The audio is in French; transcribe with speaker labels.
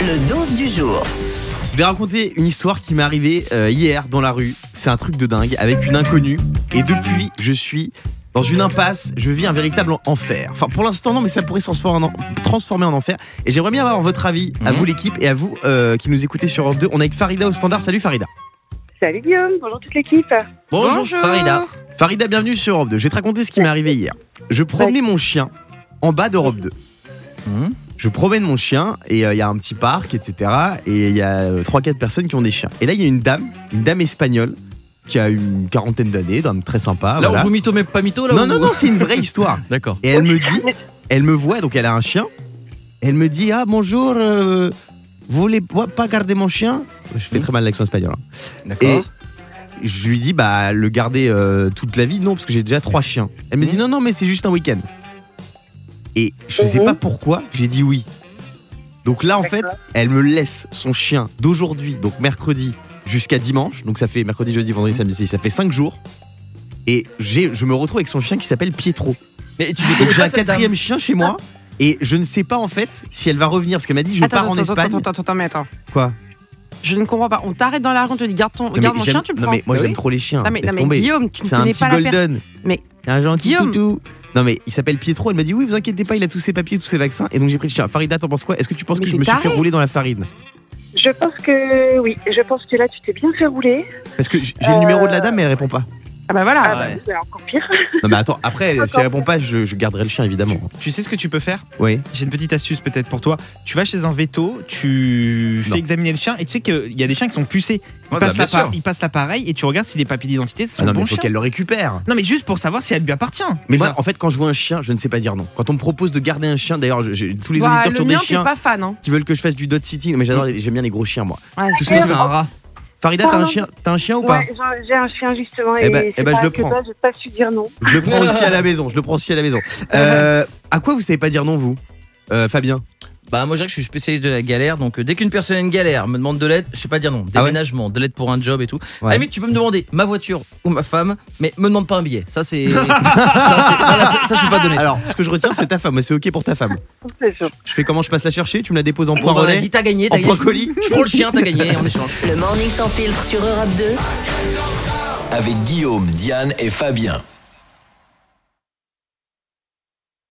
Speaker 1: Le 12 du jour.
Speaker 2: Je vais raconter une histoire qui m'est arrivée euh, hier dans la rue. C'est un truc de dingue avec une inconnue. Et depuis, je suis dans une impasse. Je vis un véritable en- enfer. Enfin, pour l'instant, non, mais ça pourrait se transformer en, en- transformer en enfer. Et j'aimerais bien avoir votre avis à
Speaker 3: Mhm.
Speaker 2: vous, l'équipe, et à vous euh, qui nous écoutez sur Europe 2. On est avec Farida au standard. Salut Farida.
Speaker 4: Salut Guillaume, bonjour toute l'équipe.
Speaker 3: Bonjour,
Speaker 4: Bonjour.
Speaker 3: Farida.
Speaker 2: Farida, bienvenue sur Europe 2. Je vais te raconter ce qui m'est arrivé hier. Je promenais mon chien en bas d'Europe 2.
Speaker 3: Hmm.
Speaker 2: je promène mon chien et euh, il y a un petit parc, etc. Et il y a euh, trois, quatre personnes qui ont des chiens. Et là, il y a une dame, une dame espagnole qui a une quarantaine d'années, dame très sympa.
Speaker 3: là,
Speaker 2: Ah, voilà.
Speaker 3: on joue mytho, mais pas mytho, là
Speaker 2: non,
Speaker 3: ou-
Speaker 2: non, non, c'est une vraie histoire.
Speaker 3: D'accord.
Speaker 2: Et elle me dit, elle me voit, donc elle a un chien. Elle me dit Ah, bonjour, euh, vous voulez pas pas garder mon chien Je fais
Speaker 3: Oui.
Speaker 2: très mal l'accent espagnol. hein. Et
Speaker 3: D'accord.
Speaker 2: je lui dis, bah, le garder euh, toute la vie, non, parce que j'ai déjà trois chiens. Elle
Speaker 5: Mmh.
Speaker 2: me dit,
Speaker 3: Mhm.
Speaker 2: non, non, mais c'est juste un week-end. Et je sais
Speaker 5: Mmh.
Speaker 4: Mhm.
Speaker 2: pas pourquoi, j'ai dit oui. Donc là, en fait, elle me laisse son chien d'aujourd'hui, donc mercredi, jusqu'à dimanche. Donc ça fait mercredi, jeudi,
Speaker 5: Mmh.
Speaker 2: vendredi, samedi, samedi, ça fait cinq jours. Et j'ai, je me retrouve avec son chien qui s'appelle Pietro.
Speaker 3: Mais tu déconnes
Speaker 2: Donc j'ai
Speaker 3: pas,
Speaker 5: Ah,
Speaker 2: un
Speaker 3: cette dame.
Speaker 2: quatrième chien chez moi. Et je ne sais pas en fait si elle va revenir, parce qu'elle m'a dit je pars en Espagne.
Speaker 5: attends, attends, attends, mais attends.
Speaker 2: Quoi
Speaker 5: Je ne comprends pas. On t'arrête dans la rue, on te dit garde, ton,
Speaker 2: Non, mais
Speaker 5: garde mon
Speaker 2: j'aime-
Speaker 5: chien, tu le
Speaker 2: non,
Speaker 5: prends.
Speaker 2: mais moi
Speaker 3: Bah
Speaker 2: j'aime
Speaker 3: oui.
Speaker 2: trop les chiens.
Speaker 5: non, mais,
Speaker 2: laisse
Speaker 5: non, mais
Speaker 2: tomber.
Speaker 5: Guillaume, tu ne
Speaker 2: C'est un
Speaker 5: connais
Speaker 2: petit
Speaker 5: pas la personne.
Speaker 2: golden.
Speaker 5: Mais
Speaker 2: C'est un gentil
Speaker 5: Guillaume.
Speaker 2: toutou. Non mais il s'appelle Pietro. Elle m'a dit oui, vous inquiétez pas, il a tous ses papiers, tous ses vaccins. Et donc j'ai pris le chien. Farida, t'en penses quoi Est-ce que tu penses
Speaker 5: Mais
Speaker 2: que je
Speaker 5: t'es
Speaker 2: me suis fait
Speaker 5: taré.
Speaker 2: rouler dans la farine
Speaker 4: Je pense que oui, je pense que là tu t'es bien fait rouler.
Speaker 2: Parce que j- j'ai le numéro de la dame, mais elle répond pas.
Speaker 5: Ah bah voilà.
Speaker 4: Ah, bah
Speaker 3: ouais.
Speaker 4: oui, bah, encore pire.
Speaker 2: Non mais attends, après si
Speaker 4: Encore.
Speaker 2: elle répond pas, je, je garderai le chien évidemment.
Speaker 6: Tu sais ce que tu peux faire
Speaker 2: Oui.
Speaker 6: J'ai une petite astuce peut-être pour toi. Tu vas chez un veto, tu fais
Speaker 2: Non.
Speaker 6: examiner le chien et tu sais qu'il y a des chiens qui sont pucés. Ils
Speaker 3: Ouais, bah,
Speaker 6: passent
Speaker 3: bien
Speaker 6: l'appa-
Speaker 3: sûr.
Speaker 6: ils passent l'appareil et tu regardes si les papiers d'identité ce sont
Speaker 2: Ah non
Speaker 6: bons
Speaker 2: mais faut
Speaker 6: chiens.
Speaker 2: qu'elle le récupère.
Speaker 6: Non mais juste pour savoir si elle lui appartient.
Speaker 2: Mais
Speaker 6: Déjà.
Speaker 2: moi, en fait, quand je vois un chien, je ne sais pas dire non. Quand on me propose de garder un chien, d'ailleurs, je- j'ai- tous les
Speaker 5: Bah,
Speaker 2: auditeurs qui
Speaker 5: le
Speaker 2: ont des
Speaker 5: mien, t'es
Speaker 2: chiens
Speaker 5: pas fan. Hein.
Speaker 2: qui veulent que je fasse du dot sitting, mais j'adore, les- j'aime bien les gros chiens, moi.
Speaker 5: Ouais,
Speaker 2: Je
Speaker 5: c'est
Speaker 2: sais
Speaker 5: ça.
Speaker 3: C'est un rat.
Speaker 2: Farida, t'as un
Speaker 4: Pardon.
Speaker 2: chien, t'as un chien ou pas
Speaker 4: Ouais, j'ai- j'ai un chien justement
Speaker 2: Eh
Speaker 4: et,
Speaker 2: bah-
Speaker 4: c'est
Speaker 2: eh bah,
Speaker 4: pas
Speaker 2: je le
Speaker 4: que
Speaker 2: prends.
Speaker 4: ça, J'ai pas su dire non.
Speaker 2: Je le prends aussi à la maison. Je le prends aussi à la maison. Euh, à quoi vous savez pas dire non, vous, Euh, Fabien
Speaker 3: Bah, moi, je dirais que je suis spécialiste de la galère. Donc, euh, dès qu'une personne a une galère, me demande de l'aide, je sais pas dire non.
Speaker 2: Ah ouais
Speaker 3: Déménagement, de l'aide pour un job et tout. À
Speaker 2: Ouais.
Speaker 3: la limite, tu peux me demander ma voiture ou ma femme, mais me demande pas un billet. Ça, c'est. ça, c'est- voilà, ça, ça, je peux pas donner. ça.
Speaker 2: Alors, ce que je retiens, c'est ta femme. Ouais, C'est OK pour ta femme.
Speaker 4: C'est sûr.
Speaker 2: Je fais comment Je passe la chercher Tu me la déposes en
Speaker 3: Bon, bah,
Speaker 2: poirelet
Speaker 3: vas-y, t'as gagné,
Speaker 2: En
Speaker 3: t'as gagné.
Speaker 2: brocoli
Speaker 3: Je prends le chien, t'as gagné, en échange.
Speaker 1: Le morning sans filtre sur Europe 2.
Speaker 7: avec Guillaume, Diane et Fabien.